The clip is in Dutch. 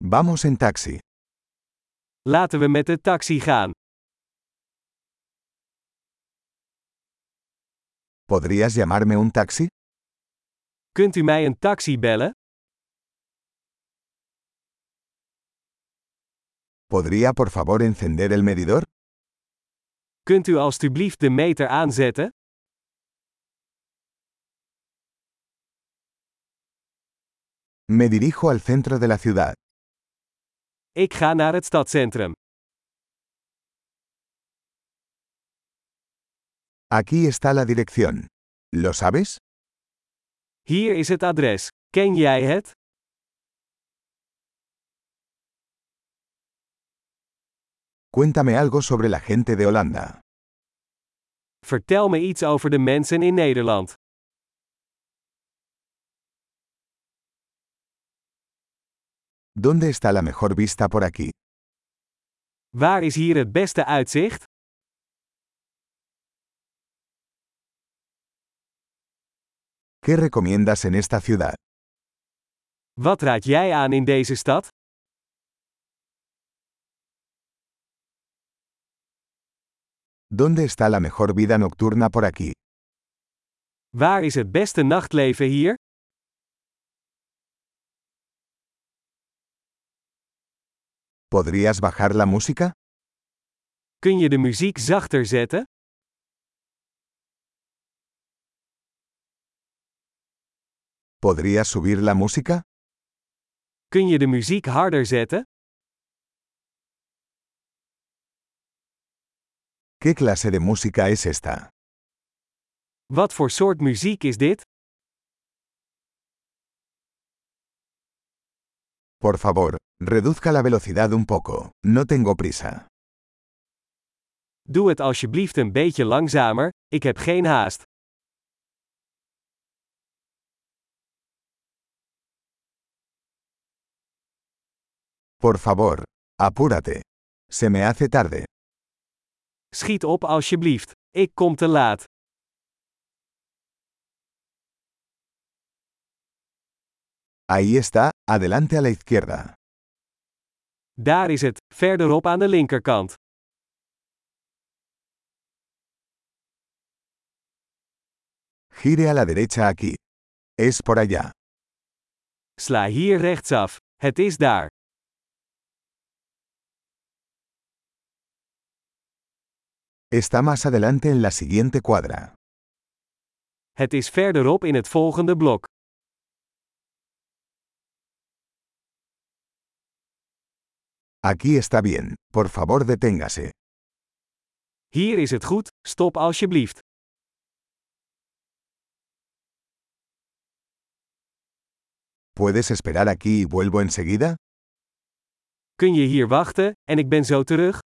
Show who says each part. Speaker 1: Vamos en taxi.
Speaker 2: Laten we met de taxi gaan.
Speaker 1: ¿Podrías llamarme un taxi?
Speaker 2: Kunt u mij een taxi bellen?
Speaker 1: ¿Podría por favor encender el medidor?
Speaker 2: Kunt u alstublieft de meter aanzetten?
Speaker 1: Me dirijo al centro de la ciudad.
Speaker 2: Ik ga naar het stadcentrum.
Speaker 1: Aquí está la dirección. ¿Lo sabes?
Speaker 2: Hier is het adres. Ken jij het?
Speaker 1: Cuéntame algo sobre la gente de Holanda.
Speaker 2: Vertel me iets over de mensen in Nederland.
Speaker 1: ¿Dónde está la mejor vista por aquí?
Speaker 2: Waar is hier het beste uitzicht?
Speaker 1: ¿Qué recomiendas en esta ciudad?
Speaker 2: Wat raad jij aan in deze stad?
Speaker 1: ¿Dónde está la mejor vida nocturna por aquí?
Speaker 2: Waar is het beste nachtleven hier?
Speaker 1: ¿Podrías bajar la música?
Speaker 2: Kun je de muziek zachter zetten?
Speaker 1: ¿Podrías subir la música?
Speaker 2: Kun je de muziek harder zetten?
Speaker 1: ¿Qué clase de música es esta?
Speaker 2: Wat voor soort muziek is dit?
Speaker 1: Por favor, reduzca la velocidad un poco. No tengo prisa.
Speaker 2: Doe het alsjeblieft een beetje langzamer, ik heb geen haast.
Speaker 1: Por favor, apúrate. Se me hace tarde.
Speaker 2: Schiet op alsjeblieft, ik kom te laat.
Speaker 1: Ahí está, adelante a la izquierda.
Speaker 2: Daar is het, verderop aan de linkerkant.
Speaker 1: Gire a la derecha aquí. Es por allá.
Speaker 2: Sla hier rechtsaf, het is daar.
Speaker 1: Está más adelante en la siguiente cuadra.
Speaker 2: Het is verderop in het volgende blok.
Speaker 1: Aquí está bien, por favor deténgase.
Speaker 2: Hier is het goed, stop alsjeblieft.
Speaker 1: ¿Puedes esperar aquí y vuelvo enseguida?
Speaker 2: Kun je hier wachten, en ik ben zo terug?